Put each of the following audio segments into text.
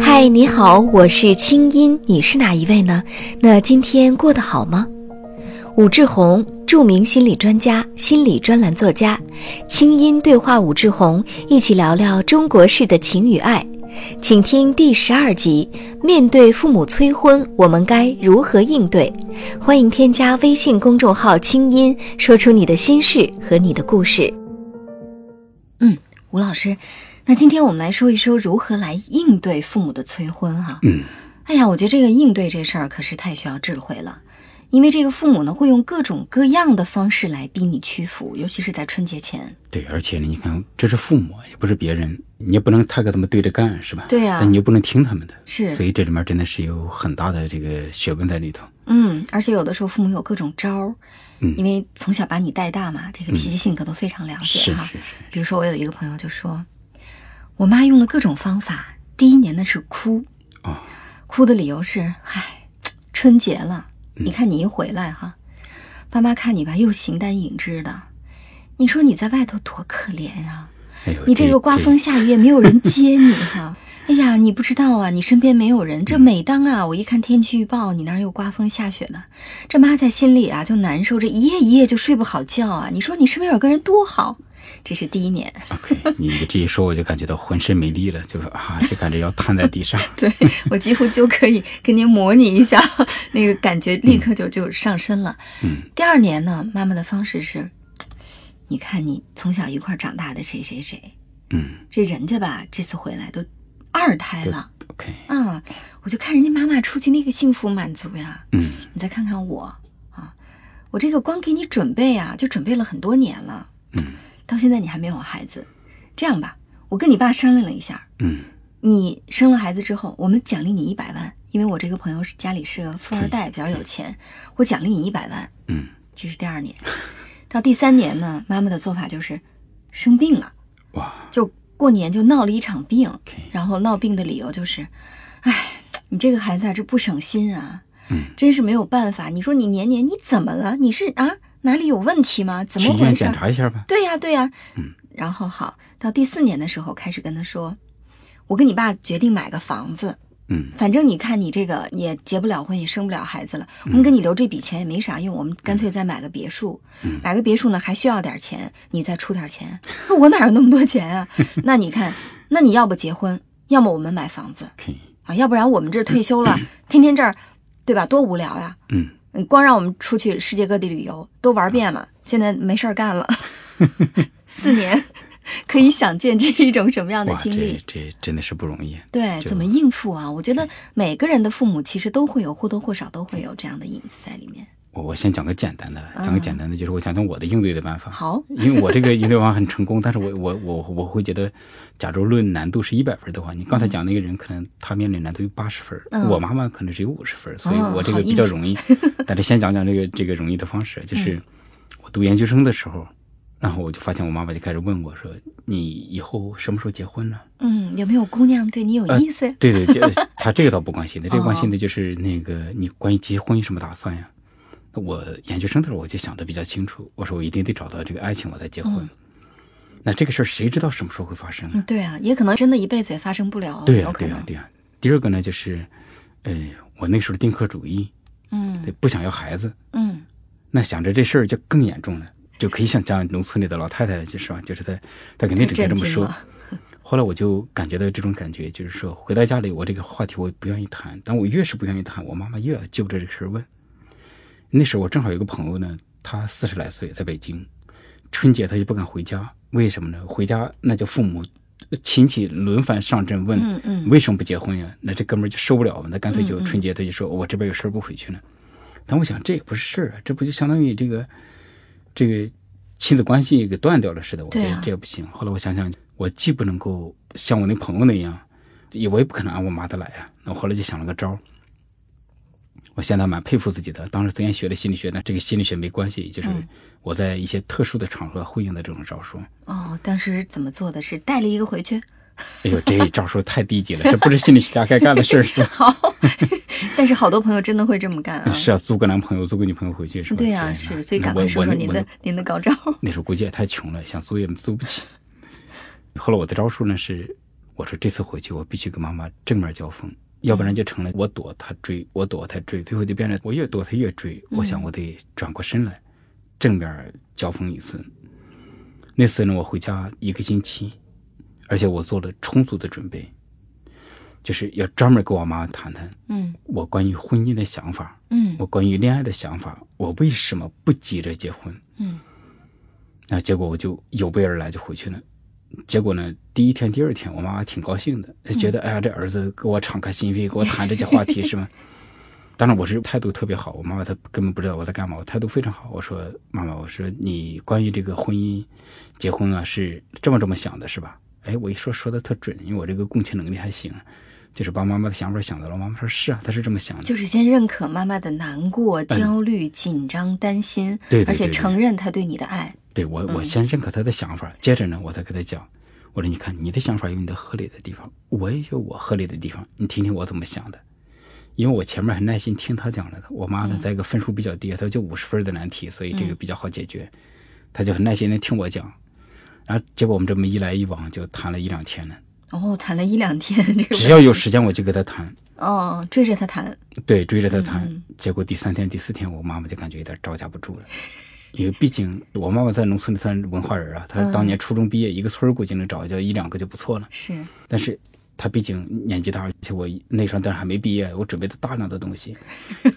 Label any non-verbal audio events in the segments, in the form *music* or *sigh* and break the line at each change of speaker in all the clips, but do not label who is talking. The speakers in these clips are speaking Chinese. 嗨，你好，我是清音，你是哪一位呢？那今天过得好吗？武志红，著名心理专家、心理专栏作家，清音对话武志红，一起聊聊中国式的情与爱，请听第十二集：面对父母催婚，我们该如何应对？欢迎添加微信公众号“清音”，说出你的心事和你的故事。嗯，吴老师，那今天我们来说一说如何来应对父母的催婚哈、
嗯，
哎呀，我觉得这个应对这事儿可是太需要智慧了，因为这个父母呢会用各种各样的方式来逼你屈服，尤其是在春节前。
对，而且你看，这是父母，也不是别人，你也不能太跟他们对着干，是吧？
对呀
但你又不能听他们的，
是
所以这里面真的是有很大的这个学问在里头。
嗯，而且有的时候父母有各种招儿，
嗯
因为从小把你带大嘛，这个脾气性格都非常了解
是
哈。
是是，
比如说，我有一个朋友就说，我妈用了各种方法，第一年呢是哭，
哦，
哭的理由是，唉，春节了，
嗯
你看你一回来哈，爸妈看你吧又形单影只的，你说你在外头多可怜啊，
哎呦，
你这个刮风下雨也没有人接你哈。 *laughs* 哎呀，你不知道啊，你身边没有人。这每当啊，我一看天气预报，你那儿又刮风下雪的，这妈在心里啊就难受，这一夜一夜就睡不好觉啊。你说你身边有个人多好，这是第一年。
OK，你你这一说，我就感觉到浑身没力了，就是啊，就感觉要瘫在地上。
对我几乎就可以跟您模拟一下那个感觉，立刻就就上身了。
嗯，
第二年呢，妈妈的方式是，你看你从小一块儿长大的谁谁谁，
嗯
这人家吧这次回来都二胎了
，OK，
啊，我就看人家妈妈出去那个幸福满足呀，
嗯
你再看看我啊，我这个光给你准备啊，就准备了很多年了，
嗯
到现在你还没有孩子，这样吧，我跟你爸商量了一下，
嗯，
你生了孩子之后，我们奖励你一百万，因为我这个朋友是家里是个富二代，比较有钱，我奖励你一百万。
嗯，
这是第二年，到第三年呢，妈妈的做法就是生病了，
哇
就过年就闹了一场病，
，OK，
然后闹病的理由就是，哎，你这个孩子啊，这不省心啊，
嗯
真是没有办法。你说你年年你怎么了？你是啊哪里有问题吗？怎
去
么
医
回
院
事
检？查一下吧。
对呀、对呀、
嗯。
然后好，到第四年的时候开始跟他说，我跟你爸决定买个房子，
嗯
反正你看你这个你也结不了婚，也生不了孩子了，我们给你留这笔钱也没啥用，我们干脆再买个别墅。
嗯
买个别墅呢还需要点钱，你再出点钱。 *laughs* 那我哪有那么多钱啊？ *laughs* 那你看，那你要不结婚，要么我们买房子
，OK，
啊，要不然我们这退休
*coughs*
了，天天这儿，对吧？多无聊呀！
嗯，啊
嗯，光让我们出去世界各地旅游，都玩遍了，现在没事儿干了。 *laughs* 四年， *laughs* 可以想见这是一种什么样的
哇，
经历
这。这真的是不容易。
对，
就
怎么应付啊？我觉得每个人的父母其实都会有或多或少都会有这样的影子在里面。
我我先讲个简单的，
嗯
讲个简单的，就是我讲讲我的应对的办法。
好，
*laughs* 因为我这个应对方法很成功，但是我我我我会觉得，假如论难度是一百分的话，你刚才讲那个人可能他面临难度有八十分，
嗯
我妈妈可能只有五十分，所以
哦
我这
好
个比
硬嗯
较容易。 *laughs* 但是先讲讲这个这个容易的方式，就是我读研究生的时候，然后我就发现我妈妈就开始问我说：“你以后什么时候结婚呢
嗯，有没有姑娘对你
呃
有意思？”
对对，这 *laughs* 她这个倒不关心的，这个关
哦
心的就是那个你关于结婚有什么打算呀？那我研究生的时候我就想的比较清楚，我说我一定得找到这个爱情我才结婚。
嗯
那这个事儿谁知道什么时候会发生啊？
嗯，对啊，也可能真的一辈子也发生不了，
对呀、啊
有可
对呀、
能。
对呀、第二个呢，就是，呃，我那时候丁克主义，对，
嗯
不想要孩子，
嗯
那想着这事儿就更严重了，就可以想象农村里的老太太就是吧，就是她，她肯定
太
整天这
震
么
惊
说
了。
后来我就感觉到这种感觉，就是说回到家里，我这个话题我不愿意谈，但我越是不愿意谈，我妈妈越要就着这个事儿问。那时候我正好有个朋友呢，他四十来岁，在北京，春节他就不敢回家，为什么呢？回家那就父母亲戚轮番上阵问，
嗯嗯
为什么不结婚呀？那这哥们儿就受不了了，那干脆就
嗯嗯
春节他就说、哦我这边有事儿不回去了。但我想这也不是事儿啊，这不就相当于这个这个亲子关系给断掉了似的。我觉
对啊
得这也不行。后来我想想，我既不能够像我那朋友那样，也我也不可能按我妈的来啊。那我后来就想了个招儿。我现在蛮佩服自己的。当时虽然学了心理学，但这个心理学没关系，就是
嗯
我在一些特殊的场合会用的这种招数。
哦，当时怎么做的是带了一个回去，
哎呦，这招数太低级了，这不是心理学家该干的事儿，是吧？
好， *laughs* 但是好多朋友真的会这么干啊。
*laughs* 是啊，租个男朋友，租个女朋友回去是吧？
对呀、
那
是，所以
那
赶快
我
说
我
说
那
您
我
的您的高招。
那时候估计也太穷了，想租也租不起。后来我的招数呢是，我说这次回去我必须跟妈妈正面交锋，要不
嗯
然就成了我躲他追，我躲他追，最后就变成我越躲他越追。
嗯
我想我得转过身来，正面交锋一次。那次呢，我回家一个星期，而且我做了充足的准备，就是要专门跟我妈谈谈
嗯
我关于婚姻的想法，
嗯
我关于恋爱的想法，我为什么不急着结婚？
嗯
那结果我就有备而来就回去了。结果呢，第一天、第二天，我妈妈挺高兴的，觉
嗯
得、哎呀，这儿子跟我敞开心扉，跟我谈这些话题是吗？ *laughs* 当然，我是态度特别好，我妈妈她根本不知道我在干嘛，我态度非常好。我说妈妈，我说你关于这个婚姻、结婚啊，是这么这么想的，是吧？哎，我一说说的特准，因为我这个共情能力还行，啊就是把妈妈的想法想到了。我妈妈说是啊，她是这么想的。
就是先认可妈妈的难过、
哎
焦虑、紧张、担心，
对对对
而且
对
承认她对你的爱。
对我，我先认可他的想法，接着呢，我再跟他讲，我说你看你的想法有你的合理的地方，我也有我合理的地方，你听听我怎么想的。因为我前面很耐心听他讲了的，我妈呢，在一个分数比较低，她就五十分的难题，所以这个比较好解决，她就很耐心的听我讲。然后结果我们这么一来一往就谈了一两天了，
哦，谈了一两天， *laughs* 这个
只要有时间我就跟他谈，
哦，追着她谈，
对，追着他谈。
嗯
结果第三天、第四天，我妈妈就感觉有点招架不住了， *laughs* 因为毕竟我妈妈在农村里算是文化人啊，
嗯
她当年初中毕业，一个村儿估计能找就一两个就不错了。
是
但是她毕竟年纪大，而且我那时候当时还没毕业，我准备了大量的
*laughs*
东西，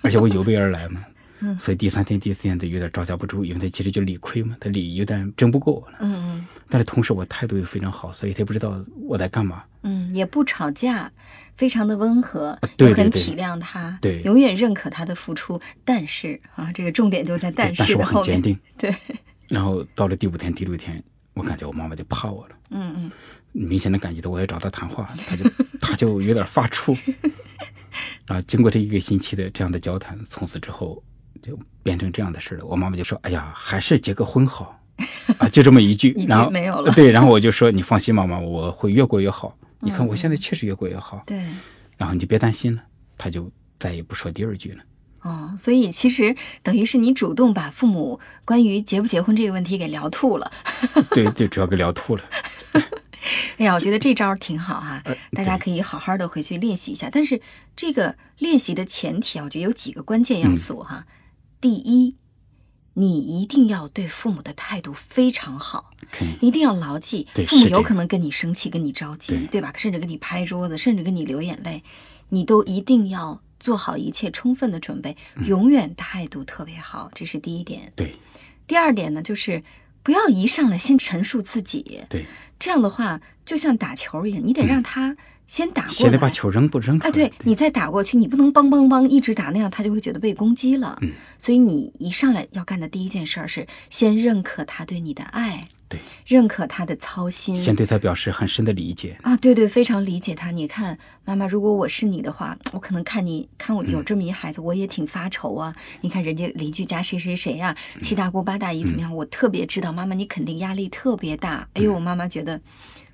而且我有备而来嘛，
嗯
所以第三天、第四天她有点招架不住，因为她其实就理亏嘛，她理有点争不过我了。
嗯嗯
但是同时我态度又非常好，所以她不知道我在干嘛。
嗯，也不吵架，非常的温和，
啊对
也很
对对
体谅她，
对
永远认可她的付出。但是啊，这个重点就在
对
但
但
是
是我
的
很
后
坚
面。
定。
对，
然后到了第五天、第六天，我感觉我妈妈就怕我了。
嗯嗯
明显的感觉到我要找他谈话，他就他就有点发怵。
*laughs*
然后经过这一个星期的这样的交谈，从此之后就变成这样的事了。我妈妈就说：“哎呀，还是结个婚好啊！”就这么一句
一，句
然后呃
没有了嗯
对，然后我就说：“你放心，妈妈，我会越过越好。你看我现在确实越过越好，
对。
然后你就别担心了。”他就再也不说第二句了。
哦，所以其实等于是你主动把父母关于结不结婚这个问题给聊吐了。
对，就主要给聊吐了。
哎呀，我觉得这招儿挺好哈、
呃
大家
对
可以好好的回去练习一下。但是这个练习的前提啊，我觉得有几个关键
嗯
要素哈、第一，你一定要对父母的态度非常好，
可以，
一定要牢记，
对
父母
是这
有
样
可能跟你生气、跟你着急，
对
对吧？甚至跟你拍桌子，甚至跟你流眼泪，你都一定要做好一切充分的准备，
嗯
永远态度特别好，这是第一点。
对
第二点呢，就是不要一上来先陈述自己，
对，
这样的话就像打球一样，你得让他先打过
先
来。
得把球扔不扔出来。
哎，对你再打过去，你不能梆梆梆一直打那样，他就会觉得被攻击了。
嗯
所以你一上来要干的第一件事儿是先认可他对你的爱，
对，
认可他的操心，
先对他表示很深的理解。
啊，对对，非常理解他。你看，妈妈，如果我是你的话，我可能看你看我有这么一孩子，我也挺发愁啊。你看人家邻居家谁谁谁啊，七大姑八大姨怎么样？我特别知道，妈妈你肯定压力特别大。哎呦，我妈妈觉得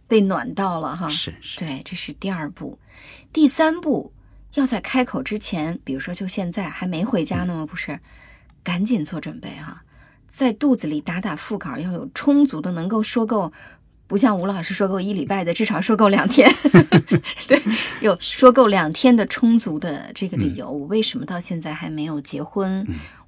被暖到了哈。
是是，
对，这是第二步。第三步要在开口之前，比如说就现在还没回家呢吗？不是，赶紧做准备哈、在肚子里打打腹稿，要有充足的能够说够。不像吴老师说够一礼拜的，至少说够两天。 *laughs* 对，有说够两天的充足的这个理由，我为什么到现在还没有结婚？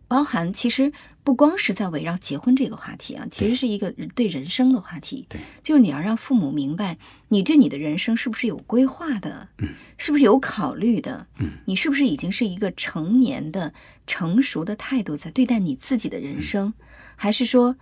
包含其实不光是在围绕结婚这个话题啊，其实是一个对人生的话题。
对，
就是你要让父母明白，你对你的人生是不是有规划的，嗯，是不是有考虑的，
嗯，
你是不是已经是一个成年的、成熟的态度在对待你自己的
嗯
人生，还是说？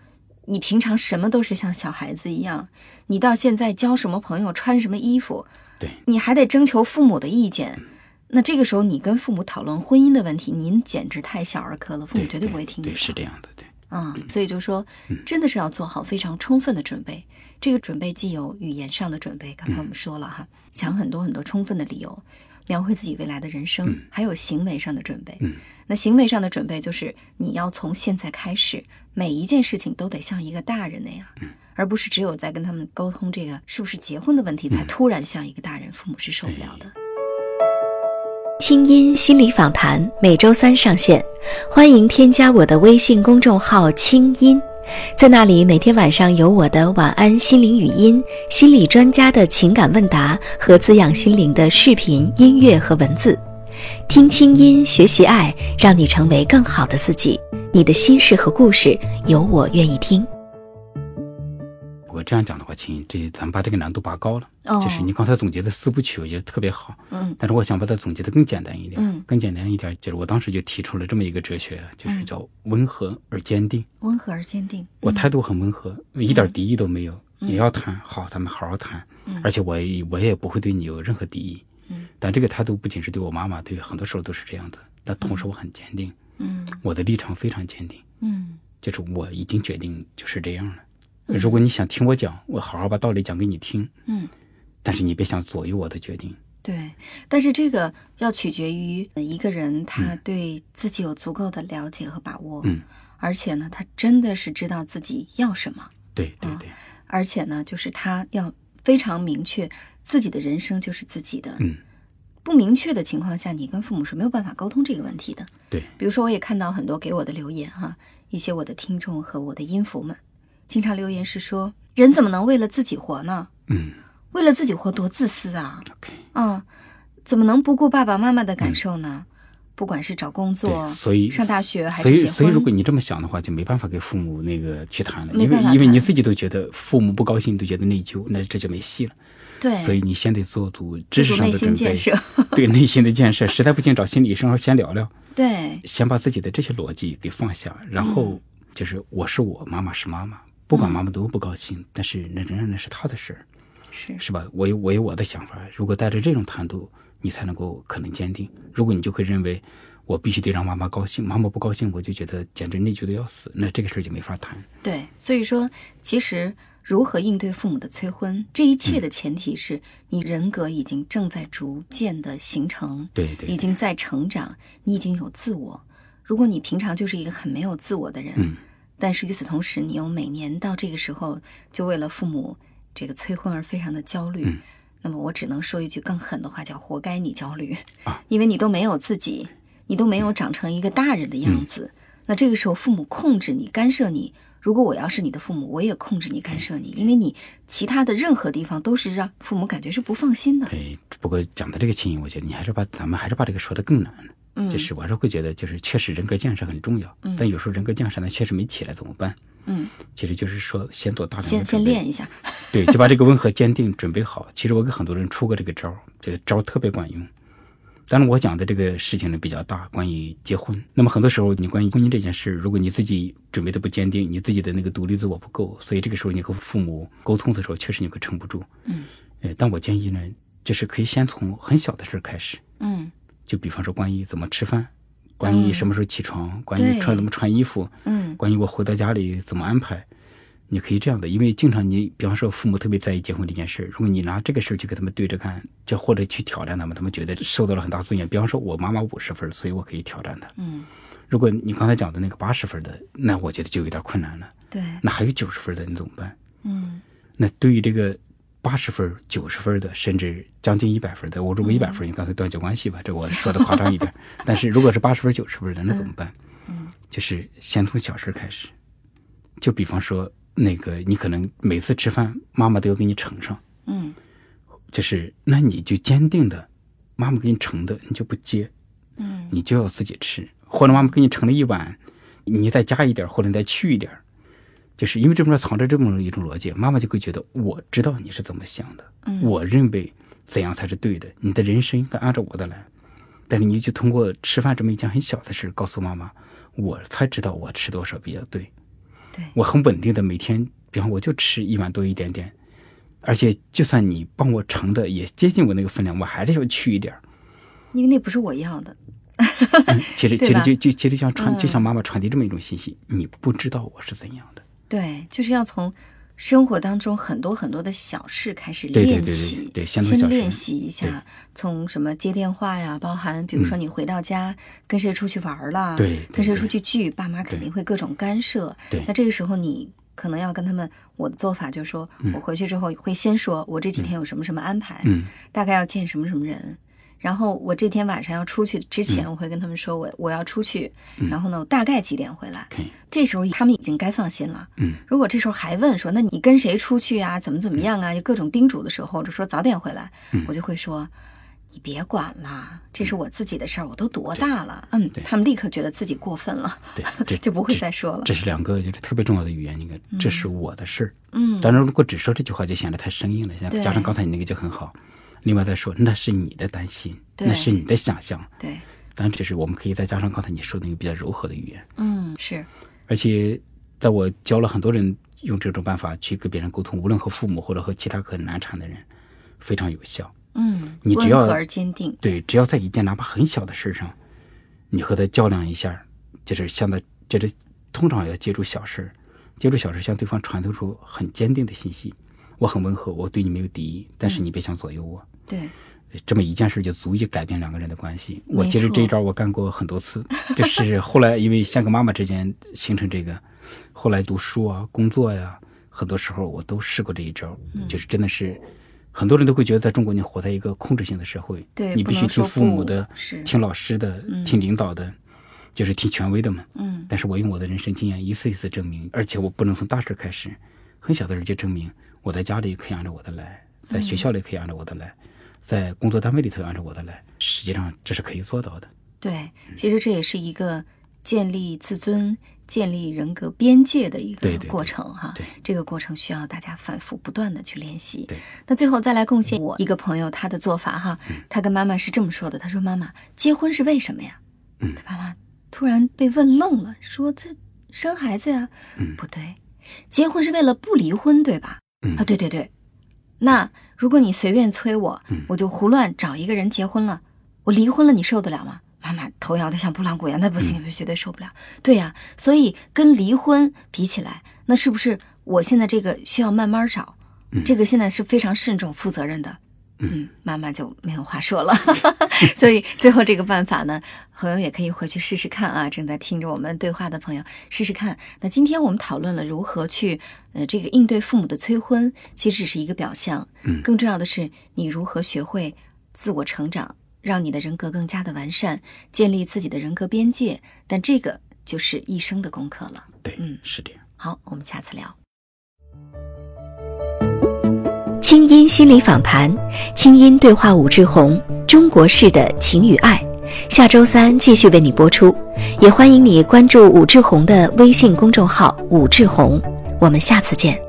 你平常什么都是像小孩子一样，你到现在交什么朋友、穿什么衣服，
对嗯
你还得征求父母的意见。那这个时候，你跟父母讨论婚姻的问题，您简直太小儿科了，父母
对，
绝对不会听你
对，
的。
是这样的，对。
啊、所以就说，真的是要做好非常充分的准备。这个准备既有语言上的准备，刚才我们说了哈，想很多很多充分的理由，描绘自己未来的人生，还有行为上的准备。
嗯
那行为上的准备就是你要从现在开始，每一件事情都得像一个大人那样，而不是只有在跟他们沟通这个是不是结婚的问题，才突然像一个大人，父母是受不了的。
清音心理访谈每周三上线，欢迎添加我的微信公众号“清音”，
在那里每天晚上有我的晚安心灵语音、心理专家的情感问答和滋养心灵的视频、音乐和文字。听清音，学习爱，让你成为更好的自己。你的心事和故事，有我愿意听。
我这样讲的话，亲，这咱们把这个难度拔高了。
哦
就是你刚才总结的四部曲，我觉得特别好。
嗯
但是我想把它总结的更简单一点。
嗯
更简单一点，就是我当时就提出了这么一个哲学，啊就是叫温和而坚定。
温和而坚定。
我
嗯
态度很温和，一点敌意都没有。
嗯
你要谈好，咱们好好谈，
嗯
而且我也我也不会对你有任何敌意。
嗯
但这个态度不仅是对我妈妈，对很多时候都是这样子。但同时我很坚定，
嗯
我的立场非常坚定，
嗯
就是我已经决定就是这样了。
嗯
如果你想听我讲，我好好把道理讲给你听，
嗯，
但是你别想左右我的决定。
对。但是这个要取决于呃一个人他对自己有足够的了解和把握，
嗯，
而且呢，他真的是知道自己要什么，
对对
啊
对，
而且呢，就是他要非常明确自己的人生就是自己的。
嗯，
不明确的情况下，你跟父母是没有办法沟通这个问题的。
对，
比如说，我也看到很多给我的留言哈、一些我的听众和我的音符们，经常留言是说，人怎么能为了自己活呢？
嗯
为了自己活多自私啊！
，OK，
啊，怎么能不顾爸爸妈妈的
嗯
感受呢？不管是找工作
对，，所以
上大学还
所
是
以
结婚，
所以如果你这么想的话，就没办法给父母那个去谈了，
没
因为
办法
因为你
谈
自己都觉得父母不高兴，都觉得内疚，那这就没戏了。
对，
所以你先得做足知识
做
上
内
的准
心
备
建，设，
对内心的建设。实在不行找心理医生先聊聊，
对，
先把自己的这些逻辑给放下，然后就是我是我，妈妈是妈妈，不管妈妈多不高兴，但是那仍然那是她的事儿，
是
是吧？我有我有我的想法，如果带着这种态度，你才能够可能坚定。如果你就会认为我必须得让妈妈高兴，妈妈不高兴，我就觉得简直内疚的要死，那这个事儿就没法谈。
对。所以说，其实如何应对父母的催婚，这一切的前提是你人格已经正在逐渐的形成，
对对
已经在成长，你已经有自我。如果你平常就是一个很没有自我的人，
嗯
但是与此同时，你又每年到这个时候就为了父母这个催婚而非常的焦虑，
嗯
那么我只能说一句更狠的话，叫活该你焦虑，
啊
因为你都没有自己，你都没有长成一个大人的
嗯
样子。那这个时候，父母控制你、干涉你。如果我要是你的父母，我也控制你、干涉
嗯
你，因为你其他的任何地方都是让父母感觉是不放心的。
哎，不过讲到这个情，我觉得你还是把咱们还是把这个说的更难。
嗯，
就是我还是会觉得，就是确实人格建设很重要，
嗯
但有时候人格建设呢确实没起来怎么办？
嗯，
其实就是说先做大量
先
的
先
准备
练一下。
对，就把这个温和坚定准备好。其实我给很多人出过这个招儿，这个招儿特别管用。当然，我讲的这个事情呢比较大，关于结婚。那么很多时候，你关于婚姻这件事，如果你自己准备的不坚定，你自己的那个独立自我不够，所以这个时候你和父母沟通的时候，确实你会撑不住。
嗯
呃，但我建议呢，就是可以先从很小的事儿开始，
嗯
就比方说关于怎么吃饭，关于什么时候起床，关于
对
穿怎么穿衣服，
嗯
关于我回到家里怎么安排，你可以这样的，因为经常你，比方说父母特别在意结婚这件事儿，如果你拿这个事儿去跟他们对着干，就或者去挑战他们，他们觉得受到了很大尊严。比方说，我妈妈五十分儿，所以我可以挑战她。
嗯，
如果你刚才讲的那个八十分儿的，那我觉得就有点困难了。
对，
那还有九十分儿的，你怎么办？
嗯
那对于这个八十分儿、九十分儿的，甚至将近一百分儿的，我
嗯
如果一百分儿，你刚才断绝关系吧，这我说的夸张一
*laughs*
点儿。但是如果是八十分儿、九十分儿的，那怎么办？
嗯
就是先从小事开始，就比方说那个你可能每次吃饭，妈妈都要给你盛上，
嗯
就是那你就坚定的，妈妈给你盛的你就不接，
嗯
你就要自己吃，或者妈妈给你盛了一碗，你再加一点儿，或者你再去一点儿，就是因为这么着藏着这么一种逻辑，妈妈就会觉得我知道你是怎么想的，
嗯
我认为怎样才是对的，你的人生应该按照我的来。但是你就通过吃饭这么一件很小的事，告诉妈妈，我才知道我吃多少比较对。
对，
我很稳定的每天，比方我就吃一碗多一点点，而且就算你帮我盛的也接近我那个分量，我还是要去一点儿。
因为那不是我要的。
*laughs* 其实，
对
其实
吧
就就其实像传，
嗯
就像妈妈传递这么一种信息，你不知道我是怎样的。
对，就是要从生活当中很多很多的小事开始
对对
练
对对
习，
对先
先
从小事
练习一
对嗯
下，从什么接电话呀，包含比如说你回到家、跟谁出去玩儿了，
对对
跟谁
对
出去聚，爸妈肯
对
定会各种干涉，
对
那这个时候你。可能要跟他们，我的做法就是说，我回去之后会先说，我这几天有什么什么安排，
嗯嗯，
大概要见什么什么人，然后我这天晚上要出去之
嗯
前，我会跟他们说我我要出去，然后呢，我大概几点回来。
可以，
这时候他们已经该放心了。
嗯，
如果这时候还问说，那你跟谁出去啊？怎么怎么样啊？有各种叮嘱的时候，或者说早点回来，
嗯
我就会说，你别管啦，这是我自己的事儿，我都多大了？嗯
对，
他们立刻觉得自己过分了， *laughs*
对，这
就不会
这
再说了
这。是两个就是特别重要的语言，你看，这是我的事儿。
嗯，
当然，如果只说这句话就显得太生硬了，像
对
加上刚才你那个就很好。另外再说，那是你的担心，
对
那是你的想象。
对，
当然，这是我们可以再加上刚才你说的那个比较柔和的语言。
嗯，是，
而且，在我教了很多人用这种办法去跟别人沟通，无论和父母或者和其他很难缠的人，非常有效。
嗯，
你只
温
要
和而坚定。
对，只要在一件哪怕很小的事上，你和他较量一下，就是向他，就是通常要接触小事，接触小事向对方传递出很坚定的信息。我很温和，我对你没有敌意，但是你别想左右我。
对，
这么一件事就足以改变两个人的关系。我
没
其实这一
错
招我干过很多次， *laughs* 就是后来因为先跟妈妈之间形成这个，后来读书啊、工作呀、很多时候我都试过这一招，
嗯
就是真的是。很多人都会觉得，在中国你活在一个控制性的社会，
对
你
不
必须
能
听
说
父母
不
的
是、
听老师的、听领导的，就是听权威的嘛。
嗯，
但是我用我的人生经验一次一次证明，而且我不能从大事开始，很小的事就证明我在家里可以按照我的来，在学校里可以按照我的来，在工作单位里头也按照我的来，实际上这是可以做到的。
对，其实这也是一个建立自尊、建立人格边界的一
对
个
对对
过程哈
对。
这个过程需要大家反复不断的去练习
对。嗯
那最后再来贡献我一个朋友他的做法哈，他跟妈妈是这么说的：他说妈妈，结婚是为什么呀？
嗯
他妈妈突然被问愣了，说这生孩子呀？
嗯
不对，结婚是为了不离婚，对吧？
嗯
啊，对对对。那如果你随便催我，
嗯
我就胡乱找一个人结婚了，我离婚了，你受得了吗？妈妈头摇得像拨浪鼓一样，那不行，
嗯
我绝对受不了。对呀、所以跟离婚比起来，那是不是我现在这个需要慢慢找？
嗯
这个现在是非常慎重、负责任的。
嗯
嗯，妈妈就没有话说
*laughs*
了，所以最后这个办法呢，朋友也可以回去试试看啊。正在听着我们对话的朋友，试试看。那今天我们讨论了如何去，呃，这个应对父母的催婚，其实只是一个表象，
嗯
更重要的是你如何学会自我成长，让你的人格更加的完善，建立自己的人格边界。但这个就是一生的功课了。
对，
嗯
是这样。
好，我们下次聊。
清音心理访谈，清音对话武志红，中国式的情与爱，下周三继续为你播出。也欢迎你关注武志红的微信公众号“武志红”，我们下次见。